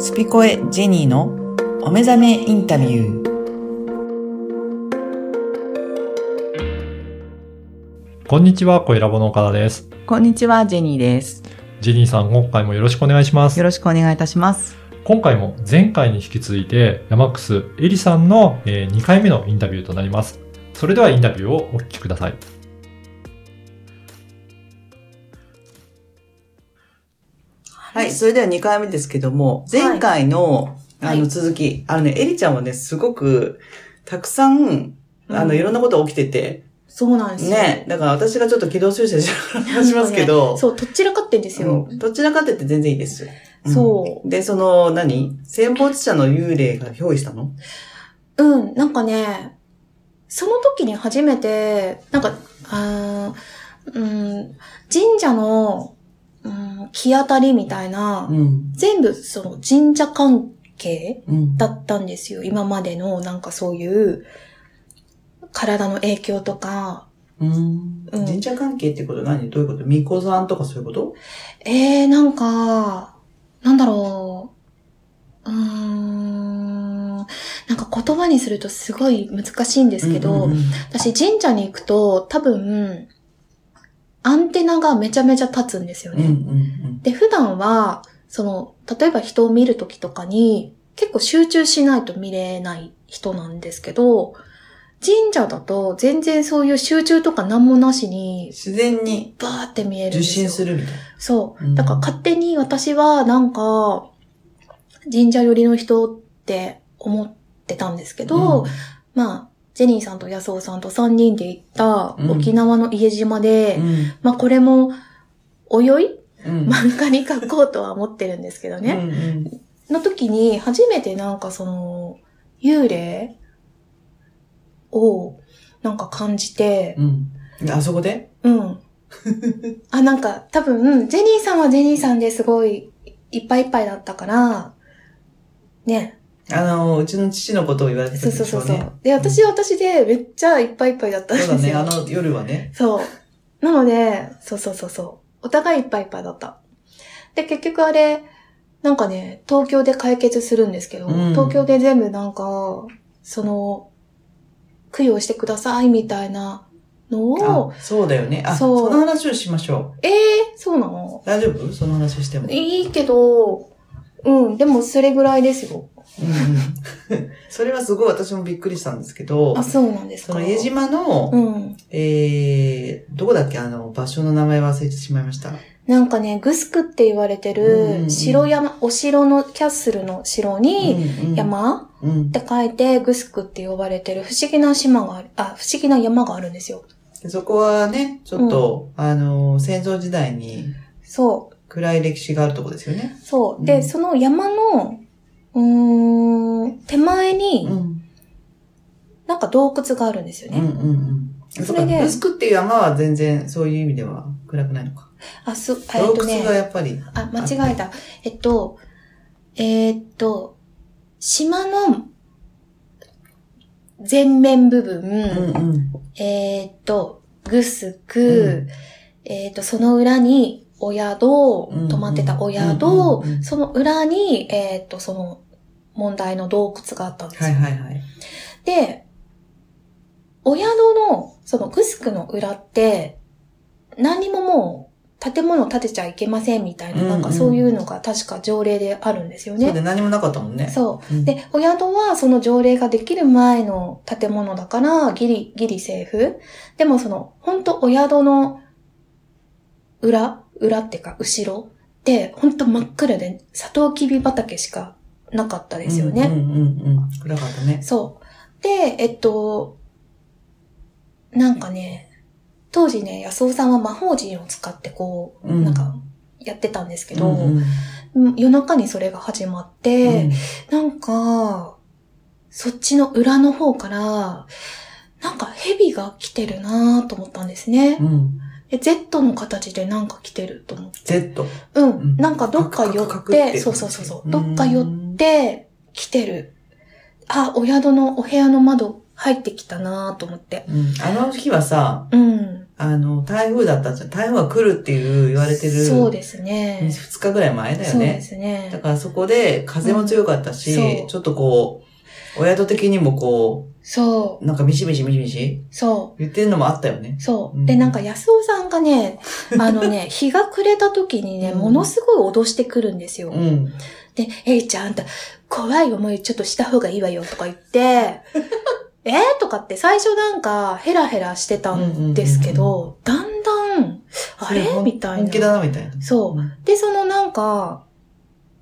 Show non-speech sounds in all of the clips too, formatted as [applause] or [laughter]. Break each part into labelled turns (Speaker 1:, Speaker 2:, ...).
Speaker 1: スピコエジェニーのお目覚めインタビュー。
Speaker 2: こんにちは、小ラボの岡田です。
Speaker 1: こんにちは、ジェニーです。
Speaker 2: ジェニーさん、今回もよろしくお願いします
Speaker 1: よ。ろしくお願いいたします。
Speaker 2: 今回も前回に引き続いて、ヤマックスエリさんの、えー2回目のインタビューとなります。それではインタビューをお聞きください。
Speaker 1: はい、それでは2回目ですけども、前回の、
Speaker 3: はい
Speaker 1: あ
Speaker 3: は
Speaker 1: の
Speaker 3: い
Speaker 1: 続き、あのね、エリちゃんはね、すごく、たくさん、あの、
Speaker 3: うん
Speaker 1: いろんなことが起きてて、
Speaker 3: そうなんですよ。
Speaker 1: ね、だから私がちょっと軌道修正しながら話しますけど、
Speaker 3: そう、とっちらかってんですよ。
Speaker 1: うんどちらかって言って全然いいです。うん
Speaker 3: そ
Speaker 1: で、その、何戦没者の幽霊が憑依したの
Speaker 3: うん、なんかね、その時に初めて、なんか、あーうん、神社の、うん、気当たりみたいな、
Speaker 1: ん。
Speaker 3: 全部その神社関係
Speaker 1: うん。
Speaker 3: だったんですよ。今までのなんかそういう、体の影響とか、
Speaker 1: うん。
Speaker 3: うん
Speaker 1: 神社関係ってこと何どういうこと巫女さんとかそういうこと
Speaker 3: えー、なんか、なんだろう。うーん。なんか言葉にするとすごい難しいんで
Speaker 1: です
Speaker 3: けど、
Speaker 1: うんうん
Speaker 3: 私神社に行くと多分、アンテナがめちゃめちゃ立つんですよ
Speaker 1: うん
Speaker 3: ね。で、普段は、その、例えば人を見るときとかに、結構集中しないと見れない人なんですけど、神社だと全然そういう集中とか何もなしに、
Speaker 1: 自然に
Speaker 3: バーって見える
Speaker 1: 受
Speaker 3: んですよ。
Speaker 1: 信するみたいな。
Speaker 3: そうう。
Speaker 1: ん
Speaker 3: だから勝手に私はなんか、神社寄りの人って思ってたんですけど、まあ、ジェニーさんと安尾さんと3人で行った
Speaker 1: うん
Speaker 3: 沖縄の家島で、
Speaker 1: うん、うん
Speaker 3: まあこれも、泳い
Speaker 1: うん
Speaker 3: 漫画に描こうとは思ってるんですけどね。
Speaker 1: うん
Speaker 3: の時に初めてなんかその、幽霊をなんか感じて、
Speaker 1: うんうん。あそこで [laughs]
Speaker 3: うん。あ、なんか、多分、ジェニーさんはジェニーさんですごい、いっぱいいっぱいだったから、ね。
Speaker 1: あの、うちの父のことを言われてた
Speaker 3: そ
Speaker 1: ん
Speaker 3: う
Speaker 1: で
Speaker 3: そう
Speaker 1: し
Speaker 3: そ
Speaker 1: ょ
Speaker 3: う。
Speaker 1: う
Speaker 3: そう
Speaker 1: ね。
Speaker 3: で、私は私で、めっちゃいっぱいいっぱいだったんです
Speaker 1: そう
Speaker 3: よ。
Speaker 1: だ
Speaker 3: [laughs]
Speaker 1: ね、あの夜はね。
Speaker 3: そう。なので、そうそうそうそう。お互いいっぱいいっぱいだった。で、結局あれ、なんかね、東京で解決するんですけど、
Speaker 1: うん
Speaker 3: 東京で全部なんか、その、供養してくださいみたいなの
Speaker 1: あ、
Speaker 3: を
Speaker 1: そうだよね。あ、
Speaker 3: そう
Speaker 1: その話をしましょ
Speaker 3: えー、そうなの
Speaker 1: う。大丈夫その話しても。
Speaker 3: いいけど、うん、でもそれぐらいですよ。
Speaker 1: うんうん [laughs] それはすごい私もびっくりしたんですけど
Speaker 3: あ、、そうなんですか。
Speaker 1: その家島の、
Speaker 3: うん。
Speaker 1: えー、どこだっけあの、場所の名前忘れてしまいました。
Speaker 3: なんかね、グスクって言われて
Speaker 1: うんうん
Speaker 3: る、城山、お城の、キャッスルの城に、
Speaker 1: うんうん、
Speaker 3: 山
Speaker 1: うん
Speaker 3: っ。て書いて、グスクって呼ばれてる不思議な島がある、あ、不思議な山があるんですよ。
Speaker 1: でそこはね、ちょっと、あの、戦争時代に
Speaker 3: そ
Speaker 1: 暗い歴史があるとこですよね
Speaker 3: う、。そう。
Speaker 1: う
Speaker 3: で、
Speaker 1: ん
Speaker 3: その山の、うーん、手前
Speaker 1: うん。う
Speaker 3: に、
Speaker 1: ん
Speaker 3: なんか洞窟があるんですよ
Speaker 1: うんう
Speaker 3: ね。
Speaker 1: ん。そ
Speaker 3: そ
Speaker 1: れ
Speaker 3: れで
Speaker 1: で。ブスクっていう山は全然そういう意味では暗くないのか。
Speaker 3: あ、す、えっ
Speaker 1: 洞
Speaker 3: と
Speaker 1: 窟
Speaker 3: ね。
Speaker 1: がやっぱり。
Speaker 3: あ、間違えた。えっと、えーっと、島の全面部分、
Speaker 1: うんうん。
Speaker 3: えーっと、ぐすく
Speaker 1: う、
Speaker 3: えーっと、その裏にお宿、
Speaker 1: んうん
Speaker 3: 泊まってたお宿、
Speaker 1: うんうんうん
Speaker 3: その裏に、えーっと、その問題の洞窟があったんですよ。
Speaker 1: はいはいはい。
Speaker 3: で、お宿の、そのグスクの裏って、何にももう建物建てちゃいけませんみたいな、
Speaker 1: うんうん
Speaker 3: なんかそういうのが確か条例であるんですよ
Speaker 1: そう
Speaker 3: ね。
Speaker 1: で何もなかったもんね。
Speaker 3: そうう。
Speaker 1: ん。
Speaker 3: で、お宿はその条例ができる前の建物だから、ギリ、ギリセーフ。でもその、本当お宿の裏、裏っていうか、後ろって、本当真っ暗で、サトウキビ畑しかなかったですよね。
Speaker 1: うんうんうんうん。暗かったね。
Speaker 3: そう。で、えっと、なんかね、当時ね、安尾さんは魔法陣を使ってこう、
Speaker 1: うん
Speaker 3: なんか、やってたんですけど、
Speaker 1: うんうん
Speaker 3: 夜中にそれが始まっ
Speaker 1: う
Speaker 3: て
Speaker 1: ん、
Speaker 3: なんか、そっちの裏の方から、なんか蛇が来てるなぁと思ったんですね。
Speaker 1: うん。
Speaker 3: で Z の形でなんか来てると思って。
Speaker 1: Z。
Speaker 3: うん、
Speaker 1: ん
Speaker 3: なんかどっか寄
Speaker 1: カクカクカ
Speaker 3: っ、
Speaker 1: クってて
Speaker 3: そうそうそうそう、
Speaker 1: うん
Speaker 3: どっか寄って来てる。あ、お宿のお部屋の窓入ってきたなぁと思って。
Speaker 1: うん。あの日はさ、
Speaker 3: うん。
Speaker 1: あの、台風だったじゃん。台風が来るっていう言われてる。
Speaker 3: そうですね。
Speaker 1: 2日ぐらい前だよ
Speaker 3: そうで
Speaker 1: ね。
Speaker 3: すね
Speaker 1: だ。からそこで風も強かったし、
Speaker 3: うんそう
Speaker 1: ちょっとこう、お宿的にもこ、
Speaker 3: そう
Speaker 1: なんかミシミシミシミシ
Speaker 3: う、そ
Speaker 1: 言ってるのもあったよね
Speaker 3: う、。そうう。
Speaker 1: ん
Speaker 3: で、なんか安尾さんが
Speaker 1: [laughs]
Speaker 3: ね、あのね、日が暮れた時にね、
Speaker 1: うん
Speaker 3: ものすごい脅してくるんですよ。
Speaker 1: うん。
Speaker 3: で、えいちゃん、あんた、怖い思いちょっとした方がいいわよとか言
Speaker 1: [laughs]
Speaker 3: って、えーとかって最初なんかヘラヘラしてたんですけど、だんだん、あれ
Speaker 1: そ
Speaker 3: みたい
Speaker 1: 本気だ
Speaker 3: な。
Speaker 1: な、みたいな。
Speaker 3: そうう。で、そのなんか、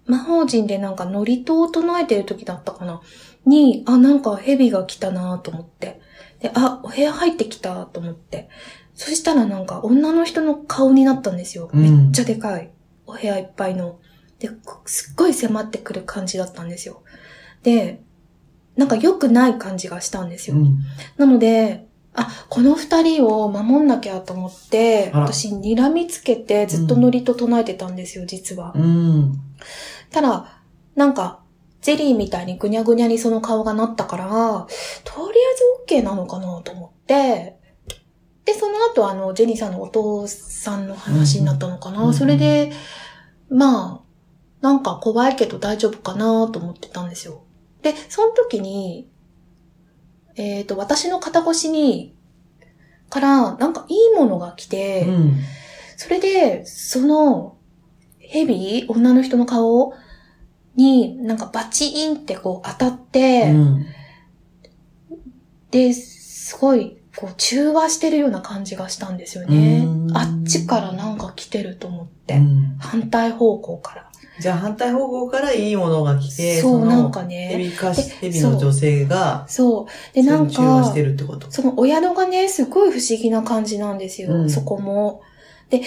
Speaker 3: 魔法陣でなんか祝詞を唱えてる時だったかな。に、あ、なんか蛇が来たなと思って。で、あ、お部屋入ってきたと思って。そしたらなんか女の人の顔になったんですよ。
Speaker 1: うん
Speaker 3: めっちゃでかい。お部屋いっぱいの。で、こすっごい迫ってくる感じだったんですよ。で、なんか良くない感じがしたんですよ。
Speaker 1: ん。
Speaker 3: なので、あ、この二人を守んなきゃと思って、
Speaker 1: あら
Speaker 3: 私睨みつけてずっとノリと唱えてたんですよ、実は。
Speaker 1: うん。
Speaker 3: ただ、なんか、ゼリーみたいにぐにゃぐにゃにその顔がなったから、とりあえず OK なのかなと思って、で、その後、あの、ジェニーさんのお父さんの話になったのかな、
Speaker 1: うん
Speaker 3: それで、まあ、なんか怖いけど大丈夫かなと思ってたんですよ。で、その時に、えっ、と、私の肩越しに、から、なんかいいものが来て、
Speaker 1: うん。
Speaker 3: それで、その、ヘビ女の人の顔に、なんかバチーンってこう当たって、
Speaker 1: うん
Speaker 3: で、すごい、こう中和してるような感じがしたんですよね
Speaker 1: うー。ん
Speaker 3: あっちからなんか来てると思って。
Speaker 1: うん
Speaker 3: 反対方向から。
Speaker 1: じゃあ反対方向からいいものが来て、
Speaker 3: そう、
Speaker 1: の
Speaker 3: なんか
Speaker 1: ヘ
Speaker 3: ね。
Speaker 1: ビかし、
Speaker 3: で
Speaker 1: ヘビの女性が、
Speaker 3: そう。で、
Speaker 1: それ
Speaker 3: なん
Speaker 1: に中和し
Speaker 3: か
Speaker 1: て、るってこと。
Speaker 3: そのお宿がね、すごい不思議な感じなんですよ。
Speaker 1: うん
Speaker 3: そこも。で、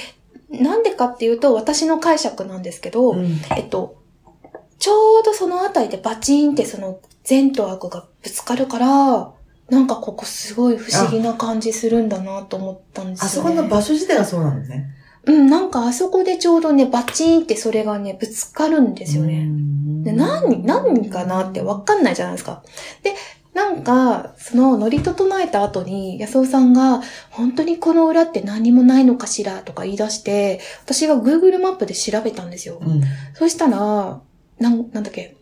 Speaker 3: なんでかっていうと、私の解釈なんですけど、
Speaker 1: うん
Speaker 3: えっと、ちょうどそのあたりでバチンってその善と悪がぶつかるから、なんかここすごい不思議な感じするんだなと思ったんですよ、ね。
Speaker 1: あそこの場所自体がそうなんだね。
Speaker 3: うん、なんかあそこでちょうどね、バチンってそれがね、ぶつかるんですよね。で、何、何かなってわかんないじゃないですか。で、なんか、その、ノリと唱えた後に、安尾さんが、本当にこの裏って何もないのかしらとか言い出して、私が Google マップで調べたんですよ。
Speaker 1: うん。
Speaker 3: そしたら、なん、なんだっけ、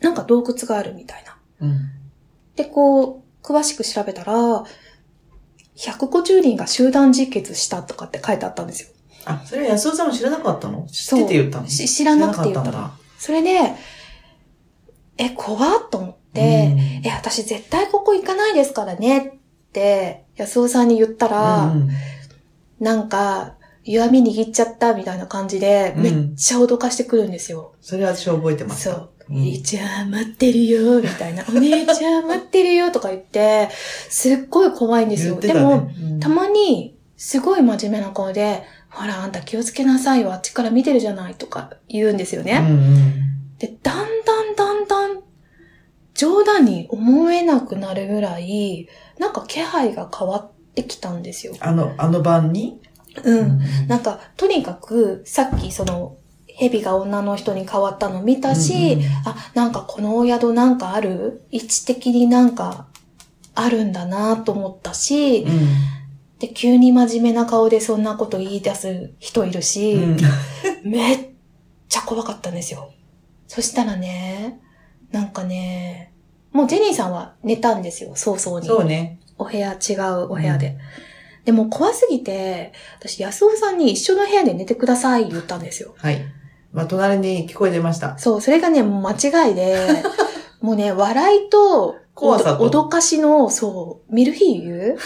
Speaker 3: なんか洞窟があるみたいな。
Speaker 1: うん。
Speaker 3: で、こう、詳しく調べたら、150人が集団自決したとかって書いてあったんですよ。
Speaker 1: あ、それは安尾さんも知らなかったの知っ
Speaker 3: そう
Speaker 1: てて言ったの
Speaker 3: し知らなくて言ったの
Speaker 1: 知らなかっ
Speaker 3: それで、え、怖っと
Speaker 1: ん
Speaker 3: 思った
Speaker 1: だ
Speaker 3: て、え、私絶対ここ行かないですからねって、安尾さんに言ったら、
Speaker 1: うんうん
Speaker 3: なんか、弱み握っちゃったみたいな感じで、
Speaker 1: うん
Speaker 3: めっちゃ脅かしてくるんですよ。
Speaker 1: それは私覚えてます。
Speaker 3: そう。
Speaker 1: うん。
Speaker 3: 姉ちゃん待ってるよ、
Speaker 1: [laughs]
Speaker 3: みたいな。お姉ちゃん待ってるよ、とか言って、すっごい怖いんです
Speaker 1: 言
Speaker 3: よ。
Speaker 1: ってた
Speaker 3: でも、
Speaker 1: ね、うん
Speaker 3: たまに、すごい真面目な顔で、ほら、あんた気をつけなさいよ、あっちから見てるじゃない、とか言うんですよ
Speaker 1: う
Speaker 3: ね。
Speaker 1: ん
Speaker 3: で、だんだんだんだん、冗談に思えなくなるぐらい、なんか気配が変わってきたんですよ。
Speaker 1: あの、あの晩に
Speaker 3: う。
Speaker 1: うん
Speaker 3: なんか、とにかく、さっきその、蛇が女の人に変わったの見たし、
Speaker 1: うんうん
Speaker 3: あ、なんかこのお宿なんかある位置的になんかあるんだなと思ったし、で、急に真面目な顔でそんなこと言い出す人いるし、
Speaker 1: うん。うん。
Speaker 3: めっちゃ怖かったんですよ。そしたらね、なんかね、もうジェニーさんは寝たんですよ、早々に。
Speaker 1: そうね。
Speaker 3: お部屋、違うお部屋で。でも怖すぎて、私、安尾さんに一緒の部屋で寝てください言ったんですよ。
Speaker 1: はい。まあ、隣に聞こえてました。
Speaker 3: そう、それがね、もう間違いで、
Speaker 1: [laughs]
Speaker 3: もうね、笑いと、
Speaker 1: 怖さと
Speaker 3: おど脅かしの、そう、ミルフィ
Speaker 1: [laughs]
Speaker 3: ーユ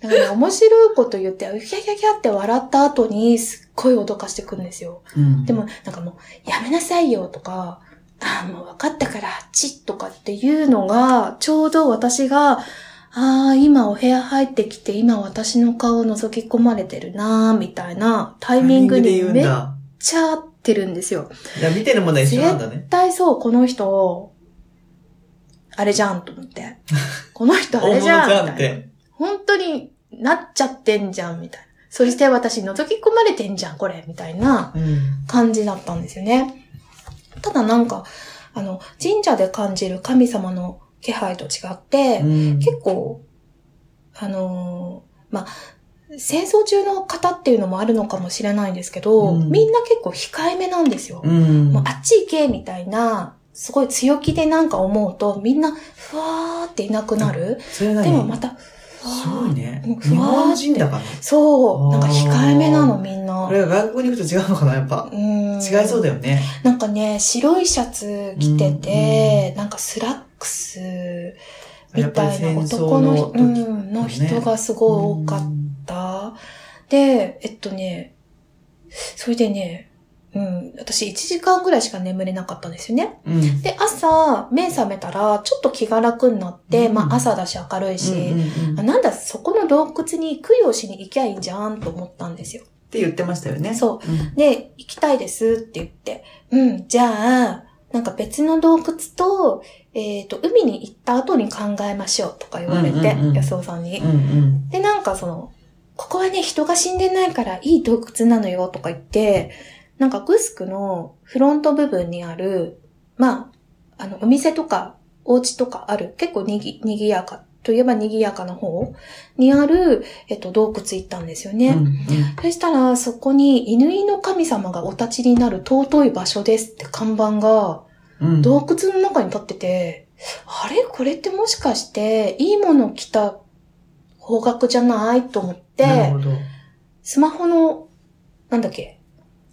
Speaker 3: なんかね、面白いこと言って、ヒャヒャヒャって笑った後に、すっごい脅かしてくるんですよ。
Speaker 1: うん
Speaker 3: でも、なんかもう、やめなさいよとか、ああ、もう分かったから、あっちとかっていうのが、ちょうど私が、ああ、今お部屋入ってきて、今私の顔を覗き込まれてるなーみたいなタイミン
Speaker 1: タ
Speaker 3: グ
Speaker 1: イ
Speaker 3: に
Speaker 1: ミング
Speaker 3: め
Speaker 1: で言うん
Speaker 3: っ
Speaker 1: だ。
Speaker 3: ちゃ合ってるんですよ。
Speaker 1: じゃあ見てるものは一緒なんだね。
Speaker 3: 絶対そう、この人、あれじゃんと
Speaker 1: [laughs]
Speaker 3: 思って。この人あれじゃ
Speaker 1: 大
Speaker 3: ん
Speaker 1: 物
Speaker 3: みたいな。。本当になっちゃってんじゃんみたいな。そして私覗き込まれてんじゃん、これみたいな
Speaker 1: うん。
Speaker 3: 感じだったんですよね。ただなんか、あの、神社で感じる神様の気配と違って、
Speaker 1: うん
Speaker 3: 結構、あのーまあ、戦争中の方っていうのもあるのかもしれないんですけど、
Speaker 1: うん
Speaker 3: みんな結構控えめなんですよ。
Speaker 1: うん。
Speaker 3: もうあっち行けみたいな、すごい強気でなんか思うと、みんな、ふわーっていなくなる。
Speaker 1: それ何
Speaker 3: でもまた、ふわ
Speaker 1: すごい
Speaker 3: ー。
Speaker 1: ね
Speaker 3: うん。
Speaker 1: 日本人だから。
Speaker 3: そう、なんか控えめなのみんな。
Speaker 1: これは外国に行くと違うのかな、やっぱ。
Speaker 3: うん
Speaker 1: 違いそうだよね。
Speaker 3: なんかね、白いシャツ着てて、なんかスラックスみ
Speaker 1: やっぱり
Speaker 3: たいな
Speaker 1: 戦争
Speaker 3: 男の
Speaker 1: の
Speaker 3: 人
Speaker 1: 時
Speaker 3: うんの
Speaker 1: のね
Speaker 3: 人がすごい多かった。で、えっとね、それでね、うん、私1時間ぐらいしか眠れなかったんですよね。
Speaker 1: うん。うん。
Speaker 3: で、朝、目覚めたら、ちょっと気が楽になって、
Speaker 1: うん
Speaker 3: まあ朝だし明るいし、
Speaker 1: うんうんうん
Speaker 3: あ
Speaker 1: っ
Speaker 3: なんだ、そこの洞窟に供養しに行きゃいいんじゃんと思ったんですよ。
Speaker 1: て言ってましたよね。
Speaker 3: そう。
Speaker 1: うん。
Speaker 3: で、行きたいですって言って、うん、じゃあ、なんか別の洞窟と、えっ、と、海に行った後に考えましょうとか言われて、
Speaker 1: うんうんうん
Speaker 3: 安尾さんに
Speaker 1: う。んうん。
Speaker 3: で、なんかその、ここはね、人が死んでないからいい洞窟なのよとか言って、なんかグスクのフロント部分にある、まあ、あの、お店とか、お家とかある、結構にぎ、にぎやか、といえばにぎやかな方にある、えっと、洞窟行ったんですよね。
Speaker 1: うんうん
Speaker 3: そしたら、そこに、犬の神様がお立ちになる尊い場所ですって看板が、
Speaker 1: うん
Speaker 3: 洞窟の中に立ってて、あれこれってもしかして、いいもの着た方角じゃないと思っ
Speaker 1: なる
Speaker 3: て
Speaker 1: ほ、ど。
Speaker 3: スマホの、なんだっけ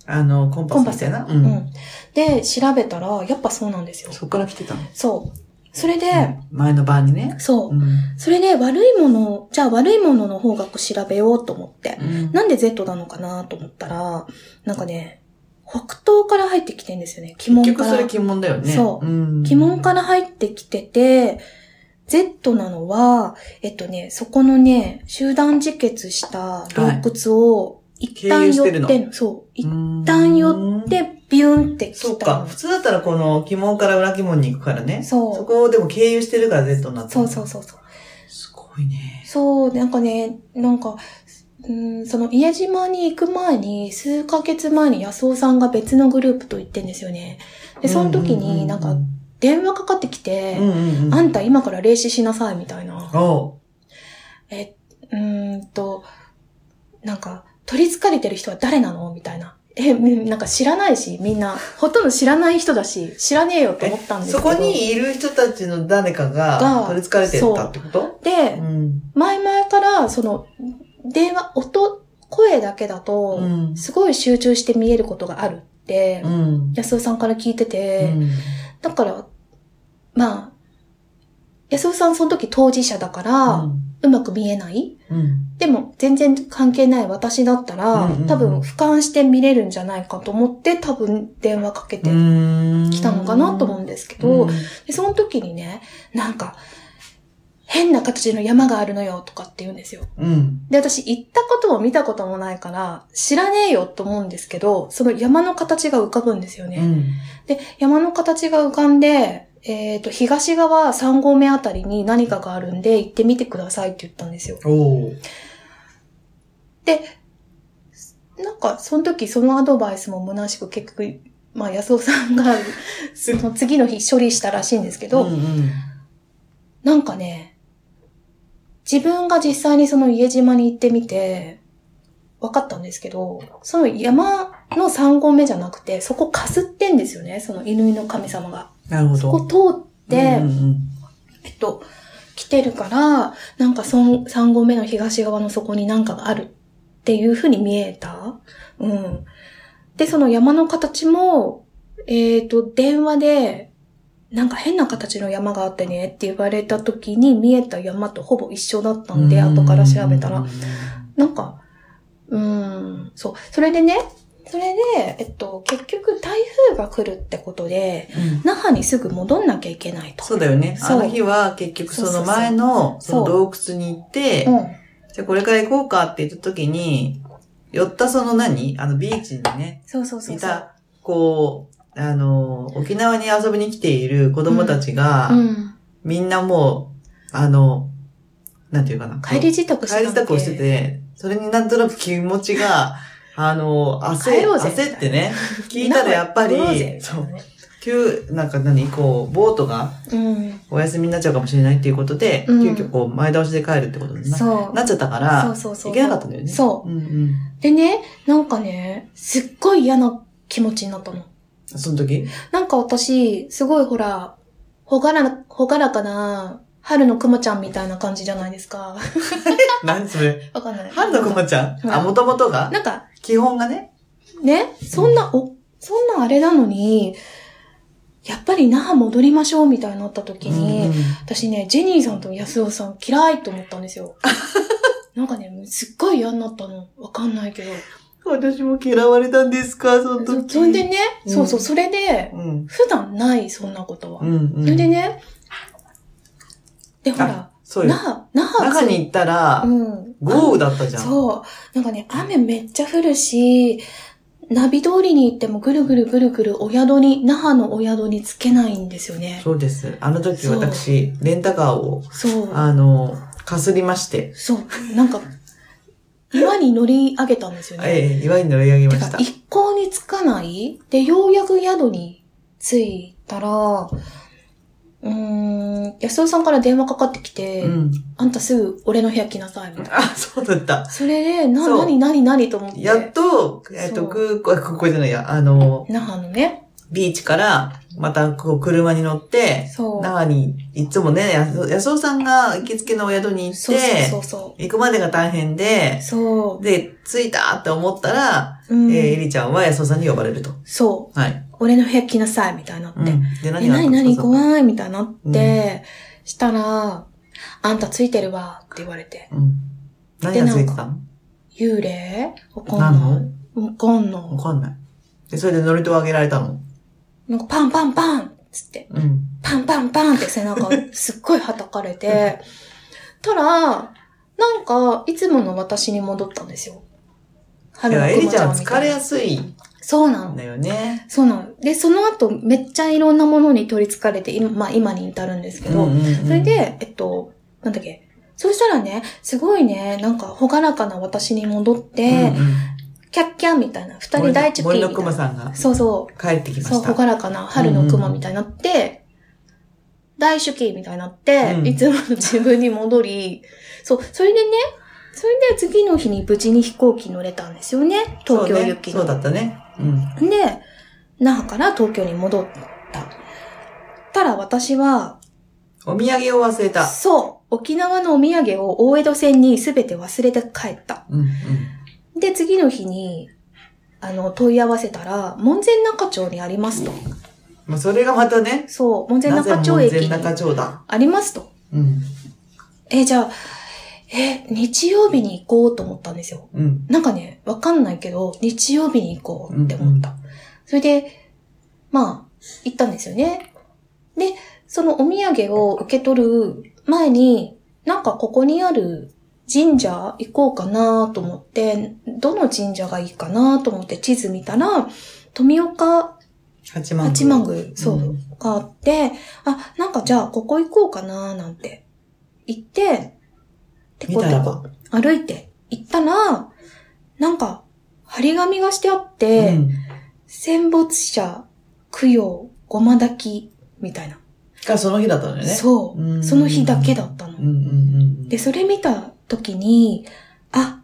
Speaker 1: あの、コン
Speaker 3: コン
Speaker 1: パ
Speaker 3: パ
Speaker 1: スみたい
Speaker 3: ス
Speaker 1: な。う。
Speaker 3: うんん。で、調べたら、やっぱそうなんですよ。
Speaker 1: そこから来てたの。
Speaker 3: そう。それで、
Speaker 1: 前の晩にね。
Speaker 3: そうう。
Speaker 1: ん。
Speaker 3: それで、悪いものを、じゃあ悪いものの方角調べようと思って。なんで Z なのかなと思ったら、なんかね、北東から入ってきてんですよね。鬼門
Speaker 1: 結
Speaker 3: か
Speaker 1: 局
Speaker 3: ら。
Speaker 1: それ鬼門だよね。
Speaker 3: そう
Speaker 1: うん。
Speaker 3: 鬼門から入ってきてて、Z なのは、えっとね、そこのね、集団自決した洞窟を、一
Speaker 1: 経
Speaker 3: 旦
Speaker 1: 由して
Speaker 3: 寄
Speaker 1: る
Speaker 3: っ
Speaker 1: の
Speaker 3: てんの。そう。
Speaker 1: う
Speaker 3: 一
Speaker 1: ん、
Speaker 3: 旦寄って、ビュンって
Speaker 1: そ
Speaker 3: 来
Speaker 1: う
Speaker 3: た
Speaker 1: か。
Speaker 3: の
Speaker 1: 普。通だったらこの鬼門から裏鬼門に行くからね。そ
Speaker 3: そ
Speaker 1: こをでも経由してるから Z になっ
Speaker 3: う。
Speaker 1: た。
Speaker 3: そうそう
Speaker 1: う。
Speaker 3: そうそう。
Speaker 1: すごいね。
Speaker 3: そう、なんかね、なんか、うん、その家島に行く前に、数ヶ月前に安尾さんが別のグループと行ってんですよね。で、その時になん
Speaker 1: う
Speaker 3: か
Speaker 1: ん
Speaker 3: 電話かかってきて、
Speaker 1: うんうんうん。
Speaker 3: あんた今から霊視しなさいみたいな。
Speaker 1: お
Speaker 3: え、うーんと、なんか、取り憑かれてる人は誰なのみたいな。え、うんなんか知らないし、みんな、ほとんど知らない人だし、知らねえよと思った
Speaker 1: う
Speaker 3: んですけ
Speaker 1: そ
Speaker 3: ど。
Speaker 1: こ、にいる人たちの誰か
Speaker 3: が
Speaker 1: が取り憑かれて
Speaker 3: そう
Speaker 1: たってこと
Speaker 3: で、
Speaker 1: うん。
Speaker 3: 前々から、その、電話、音、声だけだと、
Speaker 1: うん。
Speaker 3: すごい集中して見えることがあるって、
Speaker 1: うん。
Speaker 3: 安尾さんから聞いてて、だから、まあ、安尾さんその時当事者だから、うまく見えない
Speaker 1: うん。
Speaker 3: でも全然関係ない私だったら、
Speaker 1: うんうんうん
Speaker 3: 多分俯瞰して見れるんじゃないかと思って多分電話かけて
Speaker 1: うん。
Speaker 3: きたのかなと思うんですけど、
Speaker 1: うん
Speaker 3: でその時にね、なんか、変な形の山があるのよとかって言うんですよ。
Speaker 1: うん。
Speaker 3: で、私行ったことも見たこともないから、知らねえよと思うんですけど、その山の形が浮かぶんですよね。
Speaker 1: うん。
Speaker 3: で、山の形が浮かんで、えっ、と、東側3合目あたりに何かがあるんで行ってみてくださいって言ったんですよ。
Speaker 1: おー
Speaker 3: で、なんか、その時そのアドバイスも虚しく結局、まあ、安尾さんが、その次の日処理したらしいんですけど、
Speaker 1: うんうん。
Speaker 3: なんかね、自分が実際にその家島に行ってみて、分かったんですけど、その山の三合目じゃなくて、そこかすってんですよね、その犬の神様が。
Speaker 1: なるほ
Speaker 3: そこ
Speaker 1: ど。
Speaker 3: 通って、
Speaker 1: うんうん
Speaker 3: えっと、来てるから、なんかそん三合目の東側のそこになんかがあるっていう風に見えた。うん。で、その山の形も、えっ、と、電話で、なんか変な形の山があってねって言われた時に見えた山とほぼ一緒だった
Speaker 1: うん
Speaker 3: んで、後から調べた
Speaker 1: う
Speaker 3: ら
Speaker 1: ん。
Speaker 3: なんか、うーん、そう。それでね、それで、えっと、結局台風が来るってことで、那覇にすぐ戻んなきゃいけないと。
Speaker 1: そうだよね。あ
Speaker 3: そう
Speaker 1: の日は結局その前のそ
Speaker 3: そうそうそう
Speaker 1: の洞窟に行って、
Speaker 3: うん。
Speaker 1: じゃあこれから行こうかって言った時に、寄ったその何あのビーチにね、
Speaker 3: そうそうそう
Speaker 1: い
Speaker 3: そう。
Speaker 1: た、こう、あの、沖縄に遊びに来ている子供たちが、
Speaker 3: うん。
Speaker 1: みんなもう、あの、なんていうかな。
Speaker 3: 帰り支度し
Speaker 1: 帰
Speaker 3: てた
Speaker 1: り支度をしてて、それになんとなく気持ち
Speaker 3: [laughs]
Speaker 1: が、あの、焦
Speaker 3: 帰ろうぜ [laughs]
Speaker 1: 焦ってね、聞いたらやっぱり
Speaker 3: みんなも行こうぜみたい
Speaker 1: そう
Speaker 3: なね
Speaker 1: 急、なんか何、こう、ボートが
Speaker 3: うん。
Speaker 1: お休みになっちゃうかもしれないっていうことで、
Speaker 3: うん
Speaker 1: 急遽こう、前倒しで帰るってことにな
Speaker 3: そう。
Speaker 1: なっちゃったか
Speaker 3: そ
Speaker 1: ら
Speaker 3: う、そうそう。
Speaker 1: 行けなかったんだよね。。
Speaker 3: そう
Speaker 1: うんうん。
Speaker 3: う。でね、なんかね、すっごい嫌な気持ちになったの。
Speaker 1: その
Speaker 3: [laughs]
Speaker 1: 時
Speaker 3: なんか私、すごいほら、ほがら、ほがらかな、春のくまちゃんみたいな感じじゃないですか。 [laughs]
Speaker 1: 何それ
Speaker 3: わかんない。
Speaker 1: 春のくまちゃ
Speaker 3: うん
Speaker 1: んあ、もともとが
Speaker 3: なんか、
Speaker 1: 基本がね。
Speaker 3: ね、そんな、お、そんなあれなのに、やっぱり那覇戻りましょうみたいになった時に、
Speaker 1: うんうん
Speaker 3: 私ね、ジェニーさんと安尾さん嫌いと思った
Speaker 1: [laughs]
Speaker 3: んですよ。なんかね、すっごい嫌になったの。わかんないけど。
Speaker 1: 私も嫌われたんですか、その
Speaker 3: そ
Speaker 1: 時。
Speaker 3: それでね、
Speaker 1: うん
Speaker 3: そうそう、それで、
Speaker 1: うん。
Speaker 3: 普段ない、そんなことは。
Speaker 1: うんうん。
Speaker 3: それでね、で、ほら、
Speaker 1: そうよ
Speaker 3: 那。覇、那覇
Speaker 1: 中に行ったら
Speaker 3: う、ん。
Speaker 1: 豪雨だったじゃん。
Speaker 3: そう。なんかね、雨めっちゃ降るし、ナビ通りに行ってもぐるぐるぐるぐるお宿に、那覇のお宿につけないんですよね。
Speaker 1: そうです。あの時私、レンタカーを、
Speaker 3: そう。
Speaker 1: あの、かすりまして、
Speaker 3: そう。なんか、岩に乗り上げたんですよね。
Speaker 1: ええ、岩に乗り上げま
Speaker 3: て
Speaker 1: し
Speaker 3: か
Speaker 1: た。
Speaker 3: 一向につかないで、ようやく宿に着いたら、うーん、安尾さんから電話かかってきて、
Speaker 1: うん。
Speaker 3: あんたすぐ俺の部屋来なさい、みたいな。
Speaker 1: あ、そうだった。
Speaker 3: それで、な、
Speaker 1: そう
Speaker 3: なになになにと思って。
Speaker 1: やっと、えっと、空港、空港じゃないや、あの、
Speaker 3: 那覇のね、
Speaker 1: ビーチから、またこう車に乗って、
Speaker 3: そう。
Speaker 1: 那覇に、いつもね、やす安尾さんが行きつけのお宿に行っ
Speaker 3: そうそうそ
Speaker 1: て、
Speaker 3: うそ
Speaker 1: 行くまでが大変
Speaker 3: う。
Speaker 1: で、
Speaker 3: そ
Speaker 1: で、着いたって思ったら、
Speaker 3: う。うん
Speaker 1: えー、えりちゃんは安尾さんに呼ばれると。
Speaker 3: そ
Speaker 1: はい。
Speaker 3: う。俺の部屋来なさい、みたいになって。
Speaker 1: うんで、
Speaker 3: え、
Speaker 1: 何があっ
Speaker 3: な
Speaker 1: た
Speaker 3: に
Speaker 1: んで
Speaker 3: な
Speaker 1: すか
Speaker 3: に
Speaker 1: その
Speaker 3: 怖い、みたいになって、したら、あんたついてるわ、って言われて。
Speaker 1: うん。何がついてたの
Speaker 3: 幽霊わか
Speaker 1: 何
Speaker 3: ん
Speaker 1: の
Speaker 3: ない。わかんない
Speaker 1: わ。かんない。で、それでノリとあげられたの。
Speaker 3: なんかパンパンパンっつって、
Speaker 1: うん。
Speaker 3: パンパンパンって
Speaker 1: [laughs]
Speaker 3: 背中すっごい叩かれて、たら、なんか、いつもの私に戻ったんですよ。
Speaker 1: だ
Speaker 3: 春
Speaker 1: から、えり
Speaker 3: 熊
Speaker 1: ちゃんは
Speaker 3: みた
Speaker 1: 疲
Speaker 3: い
Speaker 1: れ
Speaker 3: な
Speaker 1: やすいん
Speaker 3: そうなの。
Speaker 1: だよね。
Speaker 3: そうなの。で、その後、めっちゃいろんなものに取り憑かれて、今、まあ今に至るんですけど、
Speaker 1: うんうんうん
Speaker 3: それ、で、えっと、なんだっけ。そうしたらね、すごいね、なんか、ほがらかな私に戻っ
Speaker 1: う
Speaker 3: て、
Speaker 1: んうん
Speaker 3: キャッキャンみたいな、二人第一ピー
Speaker 1: 森
Speaker 3: みた
Speaker 1: の
Speaker 3: い
Speaker 1: 森の熊
Speaker 3: な。
Speaker 1: さんが
Speaker 3: そうそう。
Speaker 1: 帰ってきま
Speaker 3: そう、
Speaker 1: し
Speaker 3: ほ
Speaker 1: た。
Speaker 3: がらかな春の熊みたいになって、大手記みたいになって、
Speaker 1: うん
Speaker 3: いつもの自分に戻り、そう、それでね、それで次の日に無事に飛行機乗れたんですよね。東京行き
Speaker 1: そうね。そう
Speaker 3: の。
Speaker 1: だったね。うん。
Speaker 3: で、那覇から東京に戻った。ただ私は、
Speaker 1: お土産を忘れた。
Speaker 3: そう、沖縄のお土産を大江戸線に全て忘れて帰った。
Speaker 1: うんうん。
Speaker 3: で、次の日に、あの、問い合わせたら、門前仲町にありますと。
Speaker 1: まあ、それがまたね、
Speaker 3: そう、門前
Speaker 1: なぜ
Speaker 3: 仲町駅
Speaker 1: 門
Speaker 3: に
Speaker 1: 前仲町だ。
Speaker 3: ありますと。
Speaker 1: うん。
Speaker 3: えーじゃあ、えー日曜日に行こうと思ったんですよ。
Speaker 1: うん。
Speaker 3: なんかね、わかんないけど、日曜日に行こうって思った。それで、まあ、行ったんですよね。で、そのお土産を受け取る前に、なんかここにある神社行こうかなと思って、どの神社がいいかなと思って地図見たら、富岡
Speaker 1: 八幡宮。
Speaker 3: 八幡宮、そう、
Speaker 1: うん
Speaker 3: があって、あ、なんかじゃあここ行こうかななんて行って、てこ
Speaker 1: 見た
Speaker 3: て
Speaker 1: ら
Speaker 3: こ歩いて行ったら、なんか張り紙がしてあって、
Speaker 1: うん。
Speaker 3: 戦没者、供養、ごま抱き、みたいな。
Speaker 1: がその日だったのよね。
Speaker 3: そう、
Speaker 1: うん
Speaker 3: その日だけだったの。
Speaker 1: うんうんうんうん。
Speaker 3: で、それ見た時に、あ、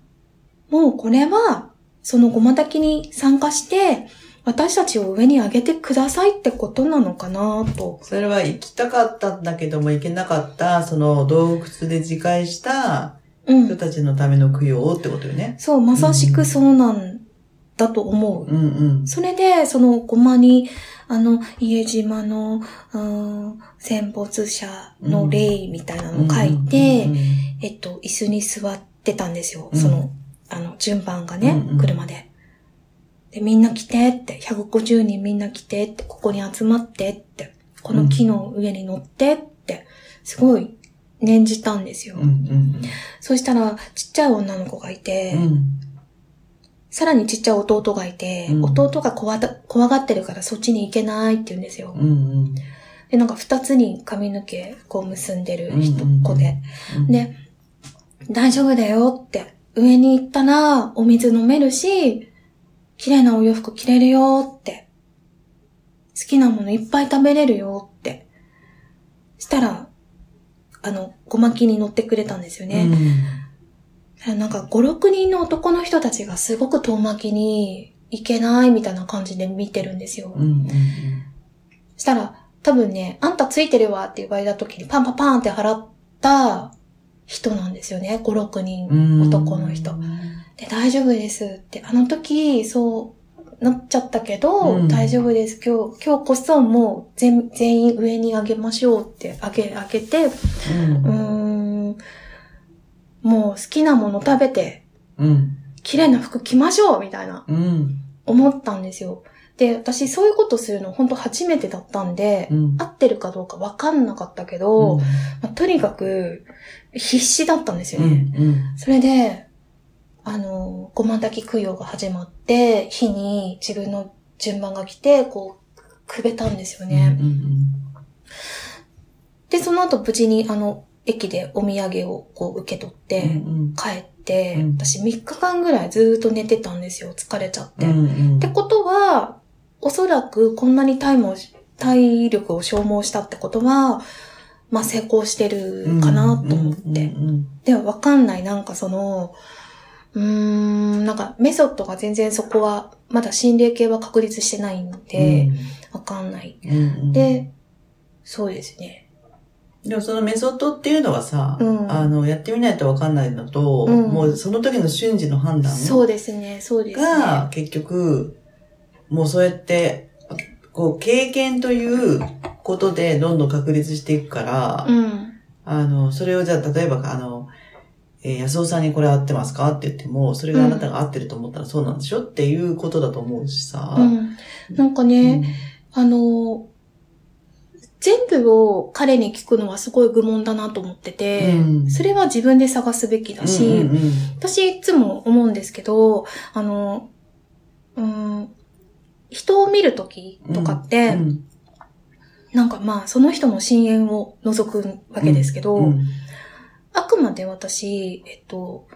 Speaker 3: もうこれは、そのごまたきに参加して、私たちを上に上げてくださいってことなのかなと。
Speaker 1: それは行きたかったんだけども行けなかった、その洞窟で自戒した
Speaker 3: う
Speaker 1: 人
Speaker 3: ん。
Speaker 1: たちのための供養ってことよね。
Speaker 3: そう、まさしくそうなんだと思う。
Speaker 1: うんうん。
Speaker 3: それで、そのごまに、あの、家島の、うーん、戦没者の霊みたいなのを書いて、
Speaker 1: うんうんうん
Speaker 3: えっと、椅子に座ってたんですよ。
Speaker 1: うん
Speaker 3: その、あの、順番がね、
Speaker 1: うんうん
Speaker 3: 車で。で、みんな来てって、150人みんな来てって、ここに集まってって、この木の上に乗ってって、すごい念じたんですよ。
Speaker 1: うんうん
Speaker 3: そしたら、ちっちゃい女の子がいて、
Speaker 1: うんうん
Speaker 3: さらにちっちゃい弟がいて、
Speaker 1: うん
Speaker 3: 弟が怖た怖がってるからそっちに行けないって言うんですよ。
Speaker 1: うんうん
Speaker 3: で、なんか二つに髪の毛こう結んでる人、
Speaker 1: うんうんうん
Speaker 3: 子で。
Speaker 1: うん
Speaker 3: で、大丈夫だよって、上に行ったらお水飲めるし、綺麗なお洋服着れるよって好きなものいっぱい食べれるよって。したら、あの、ごまきに乗ってくれたんですよね。なんか5、6人の男の人たちがすごく遠巻きに行けないみたいな感じで見てるんですよ。
Speaker 1: うん。うん。
Speaker 3: したら、多分ね、あんたついてるわって言われた時にパンパンパンって払った人なんですよね。5、6人。
Speaker 1: うん。
Speaker 3: 男の人で、大丈夫ですって、あの時、そう、なっちゃったけど、
Speaker 1: うん
Speaker 3: 大丈夫です。今日、今日こそもう全、全員上に上げましょうって、上げ、上げて、う
Speaker 1: うん。
Speaker 3: ーん、もう好きなもの食べて、
Speaker 1: うん。
Speaker 3: 綺麗な服着ましょうみたいな、
Speaker 1: うん。
Speaker 3: 思ったんですよ。で、私そういうことするの本当初めてだったんで、
Speaker 1: うん。
Speaker 3: 合ってるかどうかわかんなかったけど、まあとにかく、必死だったんですよ
Speaker 1: う
Speaker 3: ね。
Speaker 1: ん。うん。
Speaker 3: それで、あの、ごま炊き供養が始まって、日に自分の順番が来て、こう、くべたんですよね。
Speaker 1: うん。
Speaker 3: で、その後無事に、あの、駅でお土産をこう受け取って、
Speaker 1: うん。
Speaker 3: 帰って、
Speaker 1: うん
Speaker 3: 私3日間ぐらいずーっと寝てたんですよ。疲れちゃって。
Speaker 1: うん。うん
Speaker 3: ってことは、おそらくこんなに体も、体力を消耗したってことは、まあ成功してるかなと思って。
Speaker 1: うん。
Speaker 3: でもわかんない。なんかその、うーん、なんかメソッドが全然そこは、まだ心霊系は確立してないんで、わかんない。
Speaker 1: うん、うん、
Speaker 3: で、そうですね。
Speaker 1: でもそのメソッドっていうのはさ、
Speaker 3: うん
Speaker 1: あの、やってみないとわかんないのと、
Speaker 3: うん
Speaker 1: もうその時の瞬時の判断
Speaker 3: そうですね、そうですね。
Speaker 1: が、結局、もうそうやって、こう、経験ということでどんどん確立していくから、
Speaker 3: うん。
Speaker 1: あの、それをじゃあ、例えば、あの、えー安尾さんにこれ合ってますかって言っても、それがあなたが合ってると思ったらそうなんでしょっていうことだと思うしさ。
Speaker 3: うん。なんか
Speaker 1: う
Speaker 3: ね、
Speaker 1: ん
Speaker 3: あの、全部を彼に聞くのはすごい愚問だなと思ってて、
Speaker 1: うん
Speaker 3: それは自分で探すべきだし、
Speaker 1: うんうんうん
Speaker 3: 私いつも思うんですけど、あの、うーん、人を見るときとかって、
Speaker 1: うん
Speaker 3: なんかまあその人の深淵を覗くわけですけど、
Speaker 1: うん
Speaker 3: あくまで私、えっと、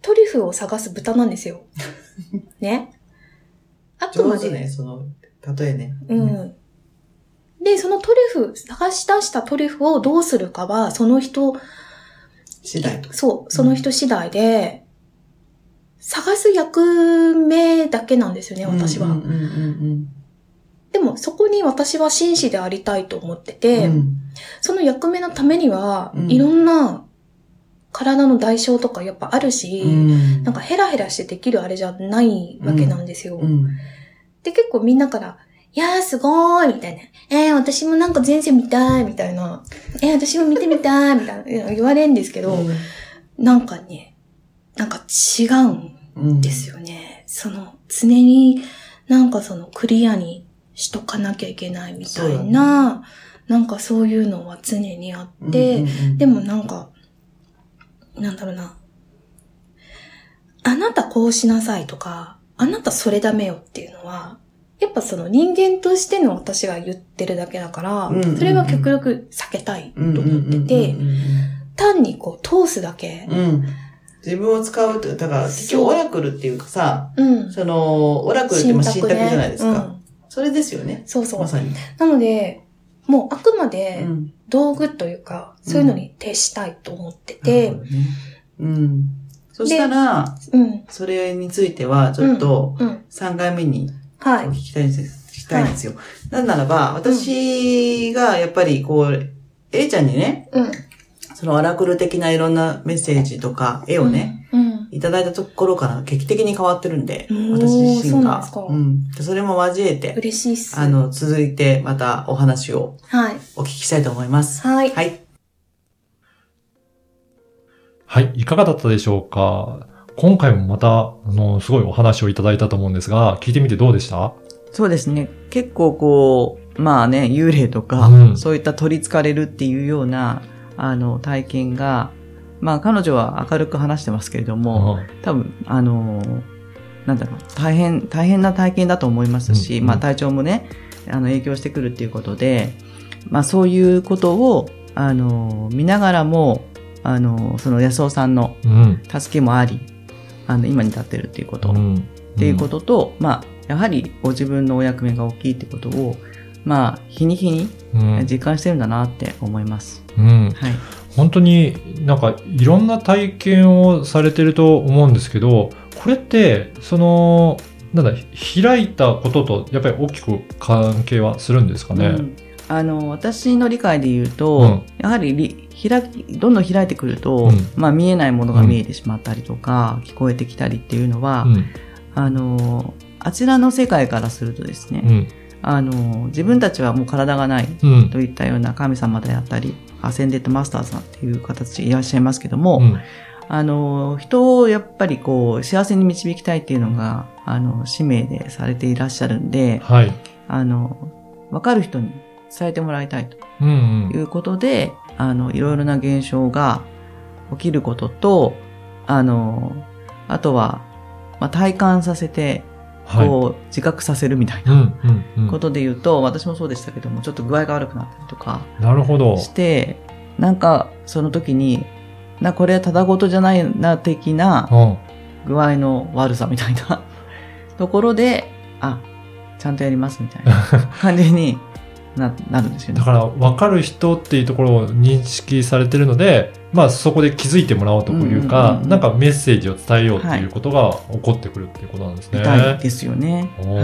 Speaker 3: トリュフを探す豚な
Speaker 1: [laughs]
Speaker 3: んですよ。ね。あくま
Speaker 1: 上
Speaker 3: で
Speaker 1: 手。ね、その、例えね。
Speaker 3: うん。で、そのトリュフ、探し出したトリュフをどうするかは、その人
Speaker 1: 次第と。
Speaker 3: そう、その人次第で、探す役目だけなんですよね、私は。
Speaker 1: うんうんうん
Speaker 3: でも、そこに私は真摯でありたいと思って
Speaker 1: うん
Speaker 3: て、
Speaker 1: うん
Speaker 3: その役目のためには、
Speaker 1: うん
Speaker 3: いろんな体の代償とかやっぱあるし、
Speaker 1: うん
Speaker 3: なんかヘラヘラしてできるあれじゃないわけなんですよ。
Speaker 1: うん
Speaker 3: で、結構みんなから、いやーすごーいみたいな。えー、私もなんか前世見たいみたいな。えー、私も見てみたいみたいな言われるんですけど、なんかね、なんか違うん
Speaker 1: うん
Speaker 3: ですよね。その、常になんかそのクリアにしとかなきゃいけないみたいな、なんかそういうのは常にあって、
Speaker 1: うんうんうん
Speaker 3: でもなんか、なんだろうな。あなたこうしなさいとか、あなたそれダメよっていうのは、やっぱその人間としての私が言ってるだけだから、
Speaker 1: うんうんうん
Speaker 3: それは極力避けたいと思ってて、
Speaker 1: うんうん
Speaker 3: 単にこう通すだけ。
Speaker 1: うんうんうん自分を使うと、だから、結
Speaker 3: そう
Speaker 1: 局オラクルっていうかさ、
Speaker 3: うん。
Speaker 1: その、オラクルってまあ信託じゃないです
Speaker 3: う
Speaker 1: か。
Speaker 3: ん。
Speaker 1: それですよね。
Speaker 3: そうそう。
Speaker 1: まさに。
Speaker 3: なので、もうあくま
Speaker 1: う
Speaker 3: で
Speaker 1: ん
Speaker 3: 道具というか、そういうのに徹したいと思ってて、
Speaker 1: なるほどねうん。そしたら、
Speaker 3: うん、
Speaker 1: それについては、ちょっと、
Speaker 3: うん、
Speaker 1: 3回目に
Speaker 3: はい
Speaker 1: 聞。きたいんです、聞きたいんですよ。なんならば、私が、やっぱり、こう、A ちゃんにね、
Speaker 3: うん。
Speaker 1: そのアラクル的ないろんなメッセージとか絵をね、
Speaker 3: うん。
Speaker 1: いただいたところから劇的に変わってるんで
Speaker 3: お、ー
Speaker 1: 私自
Speaker 3: そう
Speaker 1: 身
Speaker 3: なんで
Speaker 1: が
Speaker 3: すか。
Speaker 1: んでそれも交えて、
Speaker 3: 嬉しいっす。
Speaker 1: あの、続いてまたお話を
Speaker 3: はい。
Speaker 1: お聞きしたいと思います。
Speaker 3: はい。
Speaker 1: はい。
Speaker 2: はい、いかがだったでしょうか今回もまた、あの、すごいお話をいただいたと思うんですが、聞いてみてどうでした
Speaker 1: そうですね。結構こう、まあね、幽霊とか
Speaker 2: うん
Speaker 1: そういった取り憑かれるっていうような、あの、体験が、まあ彼女は明るく話してますけれども
Speaker 2: うん
Speaker 1: 多分あのーなんだろう大変大変な体験だと思いますし、
Speaker 2: うん
Speaker 1: まあ、体調もねあの影響してくるっていうことで、まあ、そういうことをあのー見ながらもあのーその安尾さんの
Speaker 2: うん。
Speaker 1: 助けもありあの今に至ってるっていうこと、
Speaker 2: うん。
Speaker 1: っていうことと、まあやはりご自分のお役目が大きいってことを、まあ、日に日に
Speaker 2: うん
Speaker 1: 実感してるんだなって思います。
Speaker 2: うん、
Speaker 1: はい。
Speaker 2: 本当になんかいろんな体験をされてると思うんですけどこれってそのなんだひ開いたこととやっぱり大きく関係はするんですか
Speaker 1: う
Speaker 2: ね。
Speaker 1: んあの私の理解で言うと、
Speaker 2: うん
Speaker 1: やはりり開きどんどん開いてくると、
Speaker 2: うん
Speaker 1: まあ、見えないものが見えてしまったりとか、聞こえてきたりっていうのは、
Speaker 2: うん
Speaker 1: あのあちらの世界からするとですね、
Speaker 2: うん
Speaker 1: あの自分たちはもう体がない
Speaker 2: うん
Speaker 1: といったような神様であったりアセンデッドマスターさんっていう形でいらっしゃいますけども、
Speaker 2: うん
Speaker 1: あの人をやっぱりこう幸せに導きたいっていうのがあの使命でされていらっしゃるんで、
Speaker 2: はい。
Speaker 1: あの、わかる人に伝えてもらいたいと
Speaker 2: うんう
Speaker 1: い
Speaker 2: ん
Speaker 1: うことで、あの、いろいろな現象が起きることと、あの、あとは、まあ、体感させて、
Speaker 2: はい。
Speaker 1: こう、自覚させるみたい
Speaker 2: うん
Speaker 1: な
Speaker 2: うんう
Speaker 1: こ
Speaker 2: ん。
Speaker 1: とで言うと、私もそうでしたけども、ちょっと具合が悪くなったりとか
Speaker 2: なるほど。
Speaker 1: して、なんか、その時に、な、これはただごとじゃないな、的な
Speaker 2: うん。
Speaker 1: 具合の悪さみたいな [laughs] ところで、あ、ちゃんとやりますみたいな。感じにななるんですよね
Speaker 2: だ。から分かる人っていうところを認識されてるので、まあ、そこで気づいてもらおうという
Speaker 1: うん
Speaker 2: か
Speaker 1: うん、うん
Speaker 2: なんかメッセージを伝えようっていうことが起こってくるっていうことなんですね。
Speaker 1: みたいですよね。
Speaker 2: おー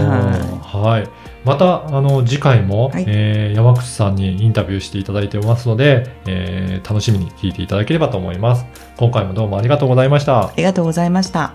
Speaker 1: は
Speaker 2: はい。また、あの、次回も、
Speaker 1: はい
Speaker 2: えー山口さんにインタビューしていただいてますので、えー楽しみに聞いていただければと思います。今回もどうもありがとうございました
Speaker 1: い。あ。りがとうございました。